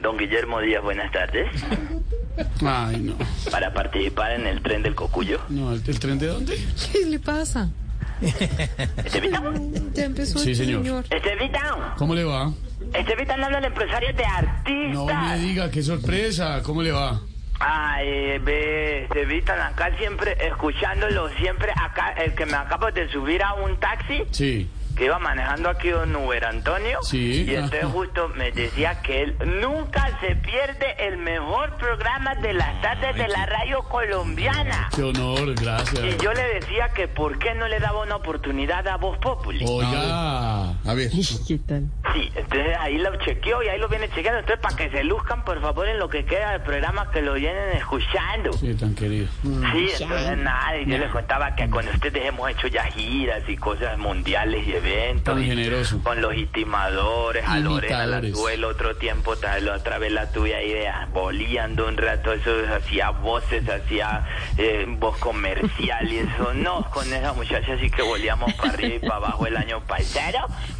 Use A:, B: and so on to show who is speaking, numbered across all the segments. A: Don Guillermo Díaz, buenas tardes.
B: Ay, no.
A: Para participar en el tren del Cocuyo.
B: No, ¿el, el tren de dónde?
C: ¿Qué le pasa?
A: Estevita,
C: Ya empezó
B: Sí,
C: el
B: señor.
A: Estevita,
B: ¿Cómo le va?
A: Estevita no habla de empresarios de
B: No
A: artistas.
B: me diga, qué sorpresa. ¿Cómo le va?
A: Ay, ve, Estevita, acá siempre escuchándolo, siempre acá, el que me acabo de subir a un taxi.
B: Sí.
A: que iba manejando aquí don Uber Antonio
B: Sí,
A: y entonces
B: ajá.
A: justo me decía que él nunca se pierde el mejor programa de las tardes de la radio colombiana.
B: Qué honor,
A: Y
B: gracias.
A: yo le decía que por qué no le daba una oportunidad a Voz Populi.
B: Oh, Oiga.
D: A ver,
C: ¿Qué tal?
A: Sí, entonces ahí lo chequeó y ahí lo viene chequeando. Entonces para que se luzcan por favor en lo que queda del programa que lo vienen escuchando.
B: Sí, tan querido.
A: Sí, entonces nada, y yo les contaba que con ustedes hemos hecho ya giras y cosas mundiales y eventos.
B: Tan
A: y
B: generoso.
A: Con los estimadores, a Lorena la
B: Imitadores.
A: tuve el otro tiempo, tal, la otra vez la tuve ahí de boleando un rato, eso hacía voces, hacía eh, voz comercial y eso. No, con esa muchacha sí que volíamos para arriba y para abajo el año pasado.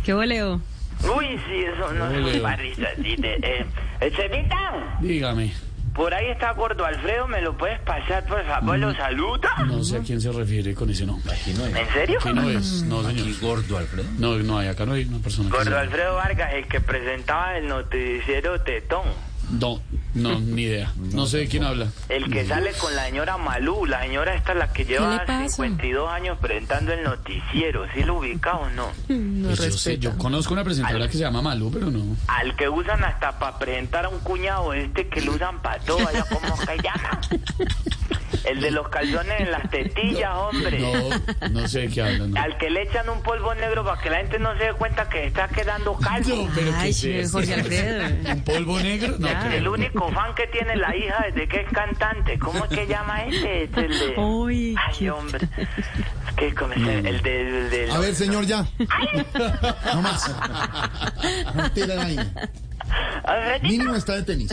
C: ¿Qué voleo?
A: Uy, sí, eso no es
B: Ole.
A: un parrisa, sí, de, eh, eh, Cevita,
B: Dígame.
A: por ahí está Gordo Alfredo, ¿me lo puedes pasar, por favor? ¿Lo saluda?
B: No sé a quién se refiere con ese nombre.
D: aquí no hay.
A: ¿En serio?
B: Aquí no es. No,
D: Aquí
B: señor.
D: gordo, Alfredo.
B: No, no hay. Acá no hay una persona. que se
A: Gordo
B: llame.
A: Alfredo Vargas, el que presentaba el noticiero Tetón.
B: No, no, ni idea. No sé de quién habla.
A: El que sale con la señora Malú. La señora esta es la que
C: le
A: lleva
C: pasa?
A: 52 años presentando el noticiero. ¿Sí lo ubica o no?
C: No
B: Pues yo sé, yo conozco una presentadora que se llama Malú, pero no.
A: Al que usan hasta para presentar a un cuñado este que lo usan para todo. allá, ¿Cómo se llama? El de los calzones en las tetillas, hombre.
B: No, no sé de qué habla. No,
A: Al que le echan un polvo negro para que la gente no se dé cuenta que está quedando calvo.
B: No, pero ¿qué
C: Ay,
B: es
C: sí,
B: esto?
C: Jorge Alfredo.
B: ¿Un polvo negro? No,
C: Ya.
B: creo.
A: El único fan que tiene la hija desde que es cantante. ¿Cómo es que llama este? Este, el de-
C: Uy,
A: Ay,
C: qué-
A: hombre. Es que como es el, el de... el de-
D: A ver, señor, ya. No más. No tira la vaina.
A: Alfredito,
D: Mínimo está de tenis.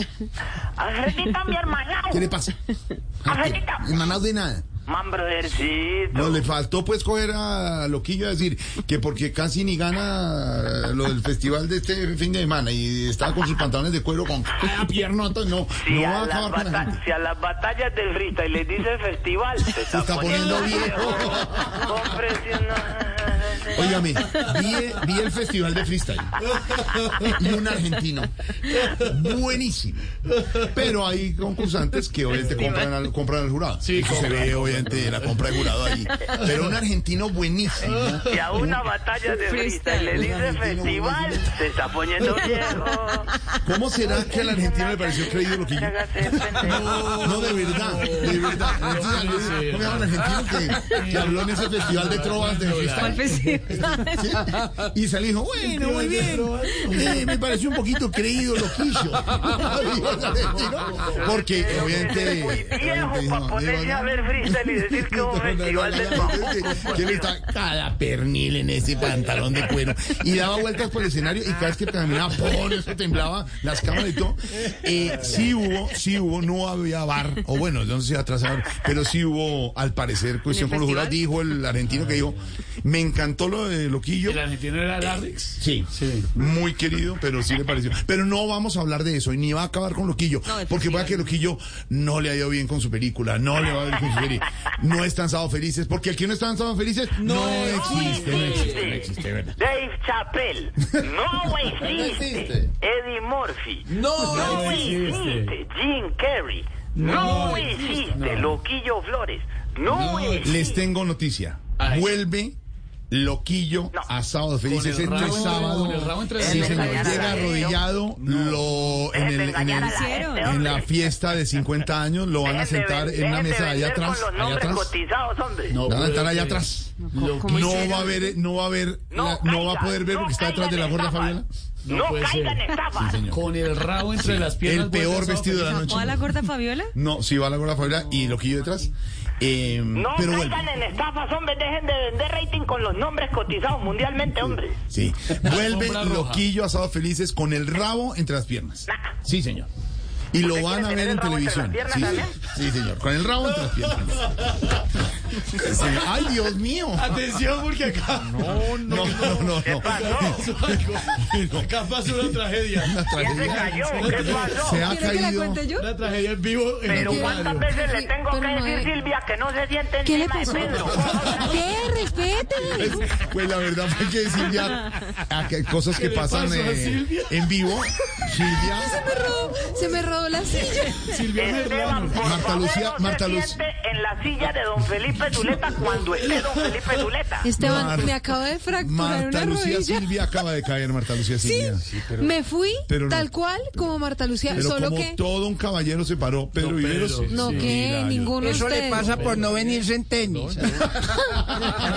A: Alfredito, mi hermanao.
D: ¿Qué le pasa?
A: Alfredito.
D: Hermanas de nada.
A: Man,
D: No,
A: brothercito.
D: le faltó pues coger a Loquillo a decir que porque casi ni gana lo del festival de este fin de semana y estaba con sus pantalones de cuero con cada piernota, no, no
A: Si
D: va
A: a,
D: a
A: las
D: acabar con la
A: bata-
D: gente.
A: si a las batallas del freestyle les dice festival, se está,
D: está poniendo viejo.
A: Cómprese una-
D: Óigame, vi, vi el festival de freestyle y un argentino buenísimo, pero hay concursantes que obviamente compran al, compran al jurado.
B: Sí,
D: Eso se ve obviamente la compra de jurado allí, pero un argentino buenísimo.
A: Si a una batalla de freestyle
C: Freestyle.
A: le dice festival, se está poniendo viejo.
D: ¿Cómo será que al argentino le pareció creído lo que yo?
A: Hágase pendejo.
D: No, de verdad, de verdad. Entonces, al- ¿Cómo se llama el argentino que, que habló en ese festival de trovas de freestyle? Sí. Y se le dijo, bueno, muy bien. Eh, me pareció un poquito creído loquillo. Porque obviamente.
A: Muy viejo
D: obviamente,
A: para
D: no,
A: ponerse
D: digo,
A: a ver freestyle y decir que es un festival de
D: que él estaba cada pernil en ese pantalón de cuero y daba vueltas por el escenario y cada vez que terminaba por eso temblaba las cámaras y todo eh, sí hubo sí hubo no había bar o bueno yo no sé si atrasaron pero sí hubo al parecer cuestión con los jurados dijo el argentino que dijo me encantó lo de loquillo
B: ¿El argentino era Larrix?
D: Sí,
B: Sí.
D: muy querido, pero sí le pareció. Pero no vamos a hablar de eso y ni va a acabar con Loquillo, porque puede que Loquillo no le ha ido bien con su película, no le va a ir con su serie, no están sábado felices, porque aquí no están sábado felices, no, existe, no existe, no existe, ¿verdad?
A: Dave Chappelle, no existe.
D: existe.
A: Eddie Murphy,
B: No,
A: existe. Jim Carrey, no, existe. Loquillo Flores, no, existe.
D: Les tengo noticia.
B: Ay.
D: Vuelve Loquillo
A: No.
D: a sábado felices
B: el
D: este
B: rabo-
D: sábado.
B: con el rabo entre
D: Sí,
B: las
D: señor,
B: piernas.
D: llega arrodillado lo, en
A: Dejen
D: el-
A: de
D: en el,
A: engañar a la gente,
C: en
D: en
A: hombre.
D: la fiesta de 50 años lo van a
A: Dejen de
D: sentar
A: ven-
D: en una
A: dejen de
D: mesa de allá
A: vender Con
D: atrás,
A: los
D: allá
A: nombres
D: atrás.
A: cotizados, hombre.
B: No,
D: Van a estar
B: puede
D: allá
B: ser.
D: atrás.
C: ¿cómo
D: No
C: hicieron?
D: va a haber, no va a haber, la- no,
A: No
D: va a
A: caiga,
D: poder ver
A: no
D: porque está detrás
A: caiga
D: de la
A: en
D: gorda
A: estafa.
D: Fabiola.
B: No
A: No,
B: puede
A: caigan
B: ser.
A: en estafas.
D: Sí, señor.
B: Con el rabo entre las piernas.
D: El peor
B: vueltas a
D: vestido de la noche.
C: ¿O a la corta Fabiola?
D: No, sí va la gorra Fabiola y el ojillo detrás. Eh,
A: No
D: pero vuelve.
A: caigan en estafas, hombre. Dejen de vender rating con los nombres cotizados mundialmente, hombre.
D: Sí. Vuelve
B: Alfombra roja.
D: loquillo asado felices con el rabo entre las piernas.
A: Nah.
D: Sí, señor. Y lo
A: ¿Usted
D: van
A: quiere
D: a
A: tener
D: ver
A: el
D: en
A: rabo entre las
D: televisión.
A: piernas
D: Sí,
A: también?
D: sí, señor. Con el rabo entre las piernas. Sí. Ay, Dios mío.
B: Atención, porque acá.
D: No, no, no, no.
A: ¿Qué pasó?
B: algo. Acá pasó una tragedia.
D: Una
A: Ya se
D: tragedia.
A: cayó. ¿Qué pasó?
D: Se ha
C: ¿Quieres que la
D: caído.
C: cuente yo?
B: Una tragedia en vivo. En
A: Pero
B: el
A: cuántas
B: radio.
A: veces le
C: Sí,
A: tengo que
C: pero no
A: decir,
C: es-
A: Silvia, que no se siente
C: ¿Qué le
A: encima de
C: pasó?
A: Pedro. Ojalá.
C: ¿Qué? Respeten.
D: Pues la verdad fue que Silvia, a que- cosas que
B: le
D: pasan
B: pasó a
D: eh,
B: Silvia?
D: en vivo, Silvia,
C: Me robó- Se me robó la silla.
B: Silvia
A: Esteban,
B: Medrano.
A: por
D: Marta
A: favor,
D: Lucía,
A: no se
D: Marta Lucía.
A: siente en la silla de don Felipe Zuleta cuando esté don Felipe Zuleta.
C: Esteban,
D: Mar-
C: me acabo de fracturar
D: Marta
C: una
D: Lucía
C: rodilla.
D: Silvia acaba de caer, Marta Lucía Silvia. Sí, pero,
C: me fui
D: pero no.
C: tal cual como Marta Lucía,
D: pero
C: solo
D: como
C: que
D: todo un caballero se paró, Pedro
B: No,
D: Viveros.
B: Pedro.
C: no
D: sí,
C: que
D: mira, yo-
C: ninguno de
E: Eso le
C: ustedes.
E: pasa por no venirse en tenis.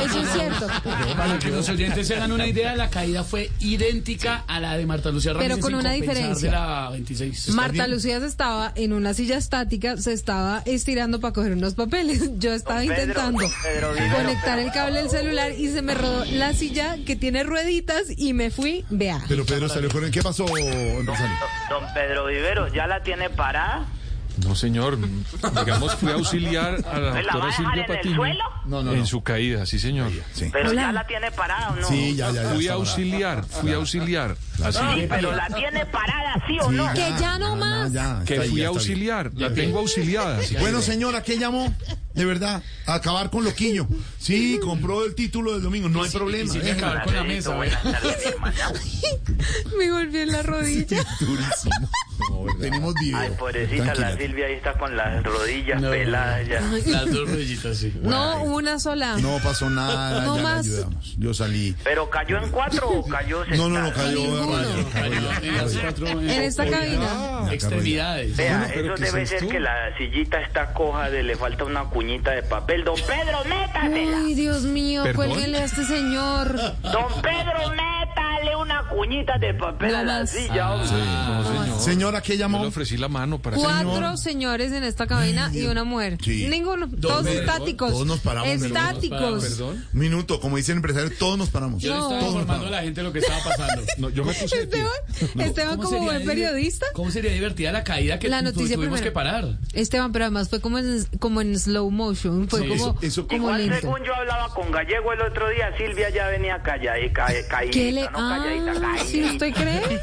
C: Eso es cierto.
B: Para que los oyentes se hagan una idea, la caída fue idéntica a la de Marta Lucía Ramírez.
C: con
B: sin
C: una
B: compensar
C: diferencia.
B: De la 26.
C: Marta
D: bien?
C: Lucía se estaba en una silla estática, se estaba estirando para coger unos papeles. Yo estaba
A: Pedro,
C: intentando
A: Pedro Vivero,
C: conectar
A: Pedro.
C: el cable del celular y se me rodó la silla que tiene rueditas y me fui, vea.
D: Pero Pedro salió corriendo. ¿Qué pasó, empresario?
A: Don Pedro Vivero, ¿ya la tiene parada?
F: No, señor. Digamos, fui a auxiliar a la
A: ¿La va a
F: doctora
A: dejar
F: Silvia
A: en el
F: Patiño
A: suelo?
D: No, no, no.
F: en su caída, sí, señor.
D: Sí.
A: Pero
C: Hola.
A: ya la tiene parada o no.
D: Sí, ya, ya, ya.
F: Fui
D: está
F: a
D: ahora.
F: auxiliar, fui a auxiliar. Así
A: Sí, pero la tiene parada, sí o
D: Sí,
A: no.
C: Que ya no más.
D: ya,
F: que
D: está ahí,
F: fui
D: ya
F: a
D: está bien.
F: auxiliar, la tengo auxiliada. así que-
D: Bueno, señor, ¿a qué llamó? De verdad, a acabar con Loquillo. Sí, compró el título del domingo, no hay problema. ¿eh?
B: sí, que
D: déjelo.
B: acabar con la mesa.
A: Buenas tardes, mi hermana.
C: Me golpeé en la rodilla.
D: Durísimo. Tenemos video.
A: Ay, pobrecita la
D: Tranquila.
A: Silvia ahí está con las rodillas
B: No.
A: peladas ya.
B: Las dos rollitas, sí.
C: No, una sola.
D: No pasó nada,
C: No
D: ya la
C: más.
D: ayudamos. Yo salí.
A: Pero cayó en cuatro o cayó
D: No, no, no,
A: sentada?
D: cayó de
C: Ninguno.
D: radio, cayó de radio.
B: En las cuatro, en
C: En esta cabina.
D: Ah,
B: Extremidades.
A: Vea,
F: Bueno, pero
A: eso
F: ¿qué
A: debe
F: sabes
A: ser
F: tú?
A: que la sillita está coja de le falta una cuñita de papel. Don Pedro, métatela.
C: Uy, Dios mío,
F: ¿Perdón?
C: cuélguele a este señor.
A: Don Pedro, métale una cuñita de papel
C: No
A: a la
C: más.
A: silla, hombre.
F: No, señor.
D: Señora, ¿qué
F: Yo le
D: llamó?
F: ofrecí la mano para
C: Cuatro señores en esta cabina y una mujer.
D: este Sí.
C: Ninguno, todos
B: Pedro,
C: estáticos.
D: todos nos paramos, pero todos nos
C: estáticos.
F: Perdón.
D: Minuto, como dice el empresario, todos nos paramos.
B: Yo le estaba
D: Todos nos
B: informando a
D: paramos.
B: la gente lo que estaba pasando.
F: No, yo me puse de pie.
C: Esteban, Esteban
B: ¿Cómo
C: como
B: sería
C: buen
B: diver-
C: periodista.
B: ¿Cómo sería divertida la caída que
C: La
B: tu-
C: noticia
B: tuvimos
C: primero.
B: que parar?
C: Esteban, pero además fue como en, como en slow motion, fue
B: Sí,
C: como,
D: eso- eso-
C: como
A: Igual
C: lento.
A: según yo hablaba con Gallego el otro día, Silvia ya venía eh, calladita, caída,
C: ¿Qué le...
A: no calladita,
C: Ah,
A: caída.
C: ¿sí usted cree?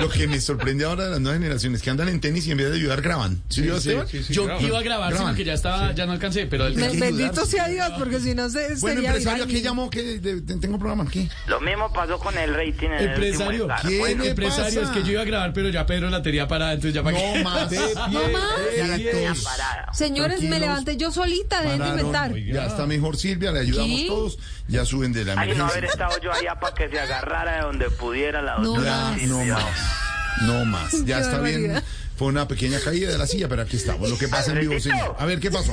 D: Lo que me sorprende ahora de las nuevas generaciones que andan en tenis y en vez de ayudar graban. ¿Sí, vio,
F: sí,
D: Esteban?
F: sí, sí,
B: Yo
F: graban.
B: iba a grabar,
D: Graban.
B: sino que ya estaba, ya no alcancé, pero
C: Be-
D: que
C: Bendito
D: ayudarse.
C: sea Dios, porque si no se,
D: Bueno,
C: sería
D: empresario, ¿a
C: viral.
D: qué llamó? ¿Qué, de- de- tengo programa. ¿Qué?
A: Lo mismo pasó con el rating en el
B: Empresario,
A: último encargo.
D: ¿quién
A: Bueno,
D: le
B: empresario, es
D: pasa?
B: que yo iba a grabar, pero ya Pedro la tenía parada, entonces ya para
D: No más.
C: No más.
A: ya
D: Quietos.
A: parada.
C: Señores, me
D: Tranquilos.
C: levanté yo solita, dejen de
D: Pararon.
C: inventar.
D: Ya está mejor Silvia, le ayudamos
C: ¿Qué?
D: todos. Ya suben de la
A: Ay, no
D: emergencia.
A: haber estado yo allá para que se agarrara de donde pudiera la
C: No
A: doctora
D: Ya,
C: más.
D: no
A: Silvia.
D: más. No más. Ya
C: Qué
D: está bien.
C: barbaridad.
D: Fue una pequeña caída de la silla, pero aquí estamos. Lo que pasa en vivo,
A: Alfredito.
D: señor. A ver, ¿qué pasó?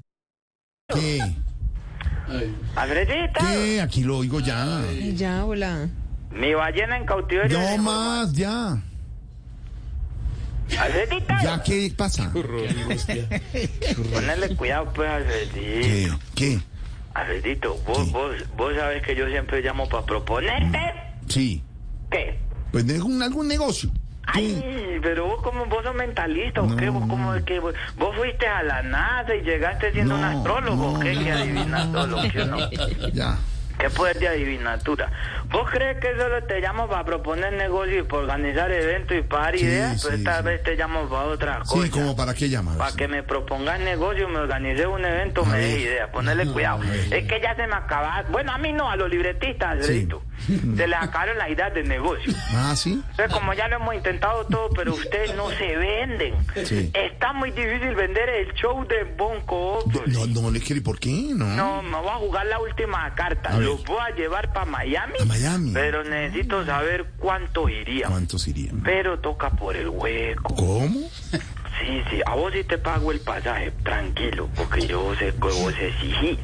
D: ¿Qué?
A: Alfredito.
D: ¿Qué? Aquí lo oigo ya.
C: Y Ya, hola.
A: Mi ballena en cautiverio.
D: No más, ya.
A: Alfredito.
D: ¿Ya qué pasa?
A: Ponle cuidado, pues, Alfredito.
D: ¿Qué? ¿Qué?
A: Alfredito, vos,
D: Sí.
A: vos, vos sabes que yo siempre llamo para proponerte.
D: Sí.
A: ¿Qué?
D: Pues de algún, algún negocio. ¿Qué?
A: Ay, pero vos como vos sos mentalista, ¿o qué? ¿Vos, como que, vos, vos fuiste a la NASA y llegaste siendo un
D: No,
A: astrólogo,
D: no,
A: ¿o ¿qué? Que adivinas todo lo que uno...
D: Ya.
A: ¿Qué poder de adivinatura? ¿Vos crees que solo te llamo para proponer negocios y para organizar eventos y para dar
D: Sí,
A: ideas? Pero
D: sí,
A: esta
D: sí.
A: vez te llamo para otra cosa.
D: Sí, como para qué llamar.
A: Para que me propongas negocio, me organice un evento,
D: A
A: me
D: ver.
A: des ideas, ponerle
D: No,
A: cuidado.
D: a ver.
A: Es que ya se me acaba. Bueno, a mí no, a los libretistas, Alfredito. Se le sacaron las ideas del negocio.
D: Ah, sí.
A: Entonces, como ya lo hemos intentado todo, pero ustedes no se venden.
D: Sí.
A: Está muy difícil vender el show de Bonco.
D: Do- No, no le quiero. ¿Y por qué? No.
A: No, me voy a jugar la última carta.
D: A ver.
A: Los voy a llevar para Miami.
D: A Miami.
A: Pero necesito saber cuánto iría.
D: ¿Cuántos irían?
A: Pero toca por el hueco.
D: ¿Cómo?
A: Sí, sí, a vos sí te pago el pasaje, tranquilo, porque yo sé que vos exigís.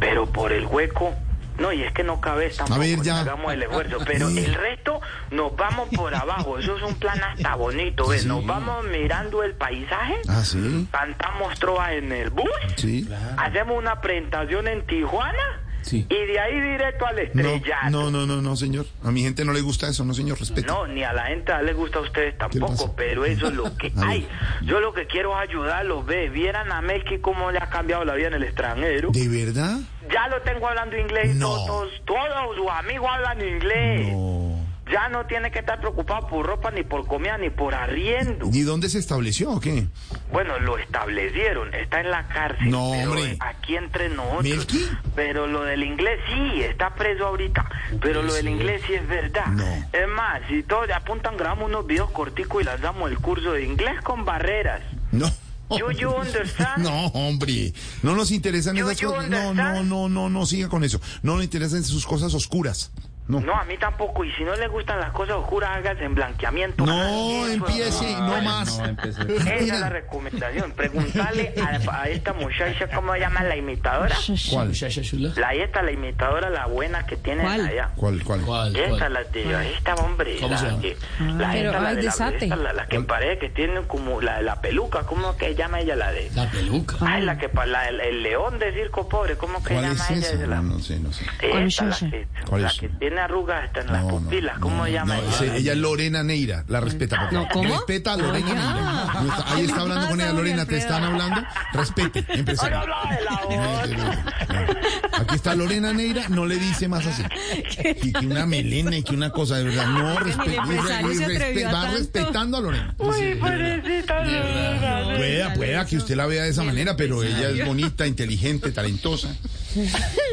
A: Pero por el hueco, no, y es que no cabe tampoco,
D: ver, ya.
A: hagamos el esfuerzo. Pero
D: Sí.
A: el resto, nos vamos por abajo, eso es un plan hasta bonito, ¿ves? Nos vamos mirando el paisaje,
D: Ah, sí.
A: cantamos troa en el bus,
D: Sí.
A: hacemos una presentación en Tijuana,
F: Sí.
A: y de ahí directo al
D: No,
A: estrellato.
D: no, no, no, no, señor. A mi gente no le gusta eso, no, señor. Respeto.
A: No, ni a la gente le gusta a ustedes tampoco,
D: pasa?
A: pero eso es lo que
D: A ver.
A: hay. Yo lo que quiero es ayudarlos, ve, vieran a Melqui cómo le ha cambiado la vida en el extranjero.
D: ¿De verdad?
A: Ya lo tengo hablando inglés, y
D: No.
A: todos, todos sus amigos hablan inglés.
D: No.
A: Ya no tiene que estar preocupado por ropa, ni por comida, ni por arriendo.
D: ¿Y dónde se estableció o qué?
A: Bueno, lo establecieron, está en la cárcel.
D: No,
A: pero
D: hombre.
A: Aquí entre nosotros.
D: ¿Melqui?
A: Pero lo del inglés sí, está preso ahorita. Pero lo del inglés sí es verdad.
D: No.
A: Es más, si todos le apuntan, grabamos unos videos corticos y lanzamos el curso de inglés con barreras.
D: No.
A: You- you understand?
D: No, hombre. No nos interesan
A: You-
D: esas
A: you
D: cosas. No, no,
A: understand?
D: no, no, no siga con eso. No nos interesan sus cosas oscuras. No.
A: No, a mí tampoco. Y si no le gustan las cosas oscuras, háganse en blanqueamiento.
D: No
A: Eso,
D: empiece, no más.
A: Esa es la
D: Mira,
A: recomendación. Preguntarle a, a esta muchacha, ¿cómo se llama la imitadora?
D: ¿Cuál?
B: Muchacha chula.
A: La esta, la imitadora, la buena que tiene
C: ¿Cuál?
A: allá.
D: ¿Cuál, cuál?
B: ¿Cuál?
A: Esta
B: cuál?
A: la tía, esta hombre,
B: ¿Cómo
A: la,
B: se llama?
A: que-
C: Ah, pero,
A: esta, la,
C: ay,
A: de la,
C: desate.
A: esta, la, la que parece que tiene como la de la peluca, ¿cómo que llama ella la de?
B: La peluca.
A: Ay,
C: Ah.
A: la que pa- la, el, el león de circo pobre, ¿cómo que
D: ¿Cuál
A: llama
D: es
A: ella?
D: esa?
A: de la,
D: No, no sé, no sé.
C: ¿Cuál
A: esta, la,
C: es esa?
A: que,
D: ¿Cuál
A: la
D: es?
A: que tiene arrugas hasta en
D: No,
A: las
D: no,
A: pupilas, ¿cómo
D: no,
A: llama
D: no,
A: ella?
D: ese- ella es Lorena Neira, la respeta. por favor.
C: No, ¿cómo?
D: Respeta a Lorena
C: Ah,
D: Neira.
C: ya.
D: No está- ahí
C: ¿Qué
D: está
C: le
D: hablando con
C: pasa,
D: ella, Lorena,
C: Jorge
D: te están
C: Alfredo?
D: hablando. Respete, empresario.
A: Ahora habla de la
D: Aquí está Lorena Neira, no le dice más así. Y que una melena y que una cosa, de verdad. No,
C: Porque ni el
D: respete.
C: empresario se atrevió a
D: va
C: tanto.
D: respetando a Lorena.
A: Uy, pobrecita Lorena.
D: Pueda, pueda que usted la vea de esa manera, pero ella es bonita, inteligente, talentosa.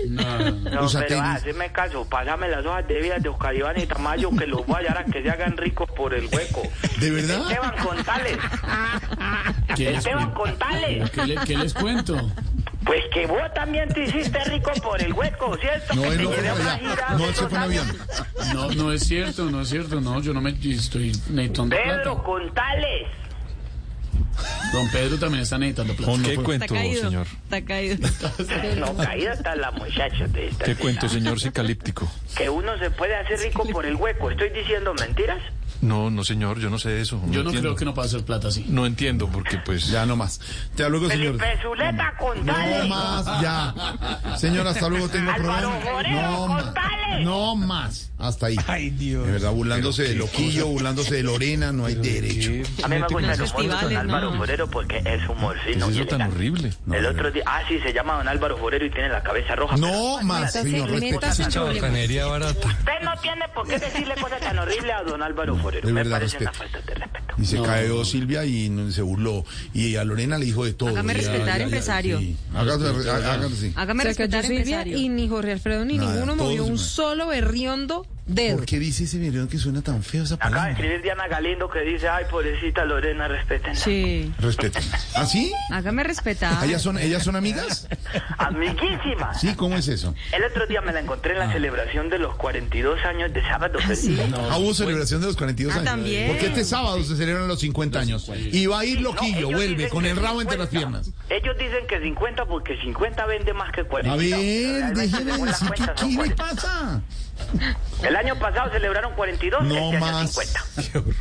A: No,
D: Usa
A: pero ah,
D: tenis.
A: hazme caso, pásame las hojas de vida de Oscar Iván y Tamayo que los voy a hallar a que se hagan ricos por el hueco.
D: ¿De verdad?
A: Esteban Contales,
B: ¿Qué les,
A: Esteban Contales,
B: ¿Qué le- qué les cuento?
A: pues que vos también te hiciste rico por el hueco, ¿cierto?
D: No,
A: Que
D: él
A: te
D: no fue
A: llevé a una
D: para allá.
A: gira
D: No,
A: hace
D: él se
A: dos
D: fue en
A: años.
D: avión.
B: No, no es cierto, no es cierto. No, yo no me estoy necesitando
A: Pedro
B: plata.
A: Contales,
B: Don Pedro también está necesitando plata.
F: ¿Qué
C: Está
F: cuento,
C: caído.
F: señor?
C: Está caído.
A: no, caída está la muchacha de esta.
F: ¿Qué
A: nena.
F: cuento, señor psicalíptico?
A: Que uno se puede hacer rico por el hueco, ¿estoy diciendo mentiras?
F: No, no, señor, yo no sé eso.
B: Yo no
F: entiendo.
B: creo que no pueda hacer plata así.
F: No entiendo, porque pues...
D: Ya, no más. Te luego, señor.
A: Felipe Zuleta
D: No
A: Contales.
D: más, ya. Señora, hasta luego tengo
A: Álvaro
D: problemas.
A: Moreno,
D: No más.
A: contale.
D: No más. Hasta ahí. Ay, Dios. De verdad, burlándose de Loquillo, burlándose de Lorena, no hay derecho.
A: A mí me gusta el humor de don
C: festivales,
A: Álvaro
C: ¿no?
A: Forero porque es humorcino.
F: ¿Qué es
A: y
F: eso tan
A: elegante.
F: horrible?
D: No,
A: el
D: no.
A: otro día, ah, sí, se llama don Álvaro Forero y tiene la cabeza roja.
D: Ah, No más, señor. Respete.
C: Métase en problemas.
F: barata.
A: Usted no tiene por qué decirle cosas tan horribles a don Álvaro Forero.
D: De
A: Me
D: verdad,
A: parece una
D: respeto.
A: falta de respeto.
D: Y se cayó Silvia y no- se burló. Y a Lorena le dijo de todo.
G: Hágame
D: Y a-
G: respetar,
D: y a- y a-
G: empresario.
D: sí. Hágase- Hágase, sí.
G: Hágame
C: Se cayó
G: respetar,
C: Silvia
G: empresario.
C: y ni Jorge Alfredo ni
D: Nada,
C: ninguno movió
D: todos
C: un
D: se-
C: solo berriondo dedo.
D: ¿Por qué dice ese video que suena tan feo esa
A: Acaba de
D: palabra?
A: escribir Diana Galindo que dice, ay, pobrecita Lorena, respeten.
C: Sí.
D: Respete. ¿Ah, sí?
C: Hágame
G: Ah.
C: respetar.
D: ¿Ellas son, ¿Ellas son amigas?
A: Amiguísima.
D: Sí, ¿cómo es eso?
A: El otro día me la encontré en la celebración de los 42 años de Sábado Feliz.
D: Ah, hubo celebración de los 42
G: Ah,
D: años.
G: también.
D: Porque este sábado se celebran los 50 años. Y va a ir
A: No,
D: loquillo,
A: ellos
D: vuelve,
A: dicen
D: con
A: que
D: el rabo entre las
A: 50.
D: piernas.
A: Ellos dicen que 50 porque 50 vende más que
D: A
A: 40.
D: ver,
A: Realmente,
D: déjeme
A: según las
D: decir que
A: cuentas, son
D: aquí le
A: 40.
D: pasa.
A: El año pasado celebraron 42,
D: No
A: este año
D: más.
A: 50.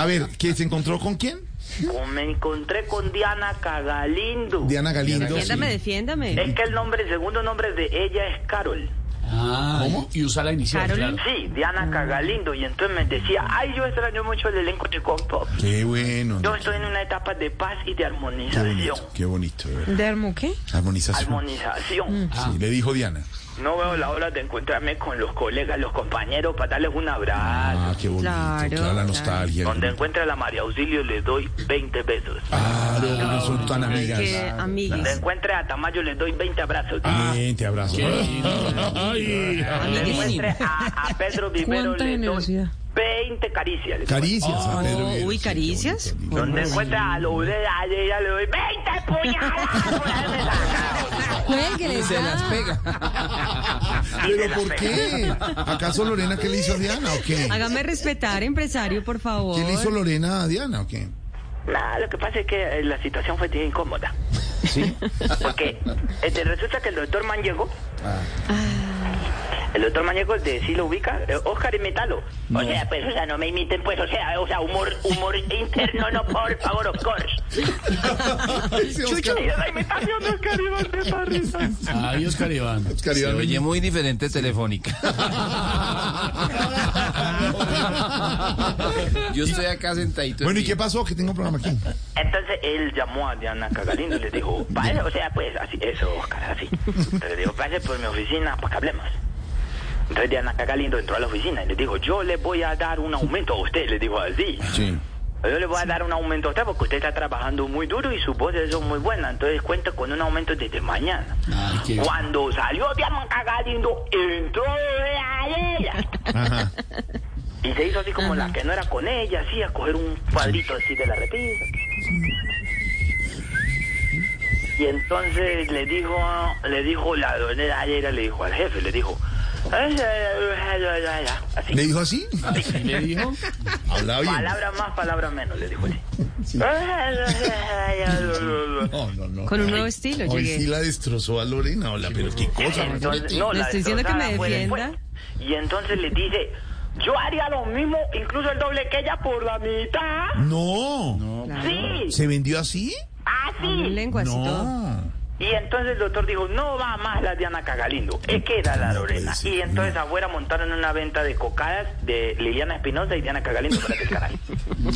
D: A ver, ¿quién se encontró con quién?
A: O Me encontré con Diana Cagalindo.
D: Diana Galindo.
G: Defiéndame,
D: sí.
G: defiéndame.
A: Es que el nombre, el segundo nombre de ella es Carol.
B: Ah,
D: ¿Cómo?
B: Y usa la inicial,
G: Carolyn.
B: claro.
A: Sí, Diana
D: Ah.
A: Cagalindo. Y entonces me decía, ay, yo extraño mucho el elenco de Compop.
D: Qué bueno.
A: Yo estoy en una etapa de paz y de
D: Qué
A: armonización.
D: bonito, qué bonito. de verdad.
C: ¿Dermo qué?
D: Armonización.
A: Armonización.
D: Sí, le dijo Diana.
A: No veo la hora de encontrarme con los colegas, los compañeros, para darles un abrazo.
D: Ah, qué bonito.
C: Claro,
D: Claro, la
C: claro.
D: nostalgia.
A: Donde encuentre a la María Auxilio le doy 20 besos.
D: Claro, no son tan amigas. Ah,
C: Que amiguis.
A: Donde encuentre a Tamayo le doy 20 abrazos.
C: Ah,
D: Bien, te abrazo. Ay,
A: Donde encuentre a, a Pedro Vivero
C: ¿Cuánta
A: le doy
C: generosidad?
A: 20 caricias.
D: Caricias a Pedro Viveros,
C: uy,
D: sí, qué
C: caricias.
D: bonito.
A: Donde encuentre a Loureda, a ella le doy 20 puñaladas. por haberme sacado.
C: Cuélguele,
E: Se las
C: ya.
E: pega.
D: ¿Pero por qué? ¿Acaso Lorena qué le hizo a Diana o qué?
H: Hágame respetar, empresario, por favor.
D: ¿Qué le hizo Lorena a Diana o qué?
A: Nada, lo que pasa es que eh, la situación fue incómoda.
D: ¿Sí?
A: Porque este, resulta que el doctor Maniego.
D: Ah.
A: El doctor Maniego de sí lo ubica, eh, Oscar imitalo. O sea, pues, o sea, no me imiten, pues, o sea, o sea, humor, humor interno, no, por favor, of course.
D: Sí,
A: Chucho,
D: Oscar-
A: mira la imitación de Oscar Iván de Parrisa.
B: Ay, Oscar Iván.
D: Oscar
E: Se
D: Iván
E: oye
D: Muñoz.
E: muy diferente telefónica.
D: pues.
E: Yo estoy acá sentadito.
D: Bueno, ¿y qué pasó? Que tengo un programa aquí.
A: Entonces él llamó a Diana Cagalino y le dijo, vale, o sea, pues así, eso, Oscar, así. Entonces le dijo, pase por mi oficina para que hablemos. Entonces Diana Cagalino entró a la oficina y le dijo, yo le voy a dar un aumento a usted, le dijo así.
D: Sí.
A: Yo le voy a dar un aumento a usted porque usted está trabajando muy duro y sus voces son muy buenas. Entonces cuenta con un aumento desde mañana.
B: Ay, qué-
A: Cuando salió Diana Cagalindo, entró a ella.
D: Ajá.
A: Y se hizo así como la que no era con ella, así a coger un cuadrito así de la repisa. Y entonces le dijo, le dijo la doña ayer, le dijo al jefe, le dijo, así.
D: ¿Le dijo así? ¿Le dijo? Habla bien.
A: Palabra más, palabra menos, le dijo él.
D: No, no, no.
H: Con un nuevo estilo
D: Hoy
H: llegué.
D: sí la destrozó a Lorena, hola, pero qué cosa.
A: Entonces, no,
H: Le
A: la
H: estoy diciendo que me
A: destrozada fue
H: defienda.
A: después. Y entonces le dice, yo haría lo mismo, incluso el doble que ella por la mitad.
D: No.
A: Sí,
D: ¿Se vendió así?
A: así.
H: Lengua así todo.
D: No.
A: Y entonces el doctor dijo, no va más la Diana Cagalindo, es que era la Lorena. Y entonces afuera montaron una venta de cocadas de Liliana Espinosa y Diana Cagalindo para el canal.
B: No,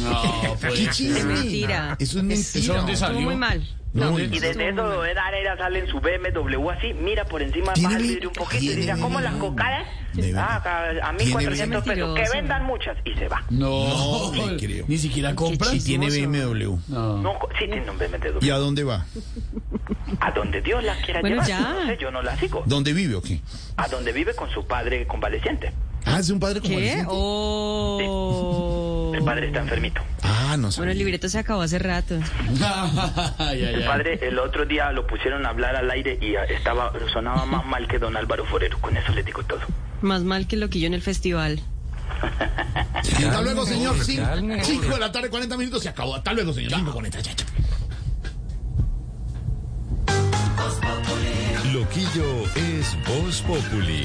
D: ¿Qué
B: pues.
D: chisme?
H: mentira.
D: Eso es mentira.
B: ¿Eso dónde
H: Estuvo
B: salió?
H: muy mal.
D: No,
B: ¿Dónde?
D: no.
A: Y desde eso Lorena Arena sale en su BMW así, mira por encima,
D: Tiene
A: baja el
D: vi-
A: vidrio un poquito y
D: tiene
A: dice, "¿Ah, ¿cómo
D: vi-
A: las cocadas?
D: de
A: Ah,
D: verdad.
A: a, a mí
D: Tiene
A: 400
H: vi-
A: pesos, que
H: Mentiroso.
A: vendan muchas. Y se va.
B: No,
D: No, le creo.
B: ni siquiera compras.
D: Y tiene BMW.
B: No.
A: No, co- sí tiene un BMW.
D: ¿Y a dónde va?
A: A donde Dios la quiera
H: Bueno,
A: llevar.
H: ya.
A: No sé, yo no la sigo.
D: ¿Dónde vive o qué?
A: A donde vive con su padre convaleciente.
D: Ah, es un padre como
H: ¿Qué? Oh.
A: El padre está enfermito.
D: Ah, no sé.
H: Bueno, el libreto se acabó hace rato.
B: Ay, ay,
A: El
B: ay.
A: padre el otro día lo pusieron a hablar al aire y ah, estaba sonaba más mal que don Álvaro Forero. Con eso les digo todo.
H: Más mal que lo que yo en el festival.
D: Hasta luego, señor.
F: Calme, calme.
D: 5 de la tarde, 40 minutos, se acabó. Hasta luego, señor. 5.40, ya, ya.
I: Loquillo es Voz Populi.